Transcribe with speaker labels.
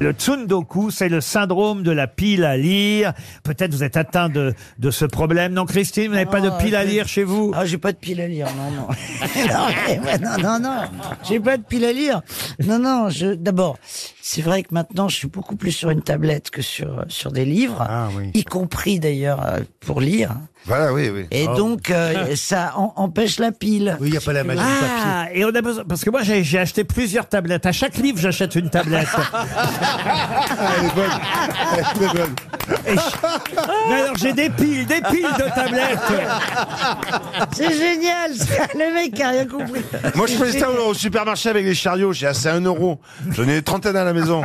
Speaker 1: Le tsundoku, c'est le syndrome de la pile à lire. Peut-être vous êtes atteint de, de ce problème. Non, Christine, vous n'avez pas de
Speaker 2: Non,
Speaker 1: pile à
Speaker 2: je-
Speaker 1: lire chez vous
Speaker 2: Ah, j'ai pas de pile à lire, non, non. non, mais- ouais, non, non, non. J'ai pas de pile à lire. Non, non, je, d'abord, c'est vrai que maintenant, je suis beaucoup plus sur une tablette que sur, sur des livres.
Speaker 3: Ah, oui.
Speaker 2: Y compris, d'ailleurs, euh, pour lire.
Speaker 3: Voilà, oui, oui.
Speaker 2: Et donc, euh, ça en- empêche la pile.
Speaker 3: Oh. Oui, il n'y a pas la magie du papier.
Speaker 1: Ah, et on a besoin... Parce que moi, j'ai j'ai acheté plusieurs tablettes. À chaque livre, j'achète une tablette.
Speaker 3: Ah, elle est bonne. Elle est très bonne.
Speaker 1: Et je- Mais alors, j'ai des piles, des piles de tablettes.
Speaker 2: C'est génial, ça. Le mec a rien compris.
Speaker 4: Moi, je fais ça au au supermarché avec les chariots. J'ai assez à 1 euro. J'en ai une trentaine à la maison.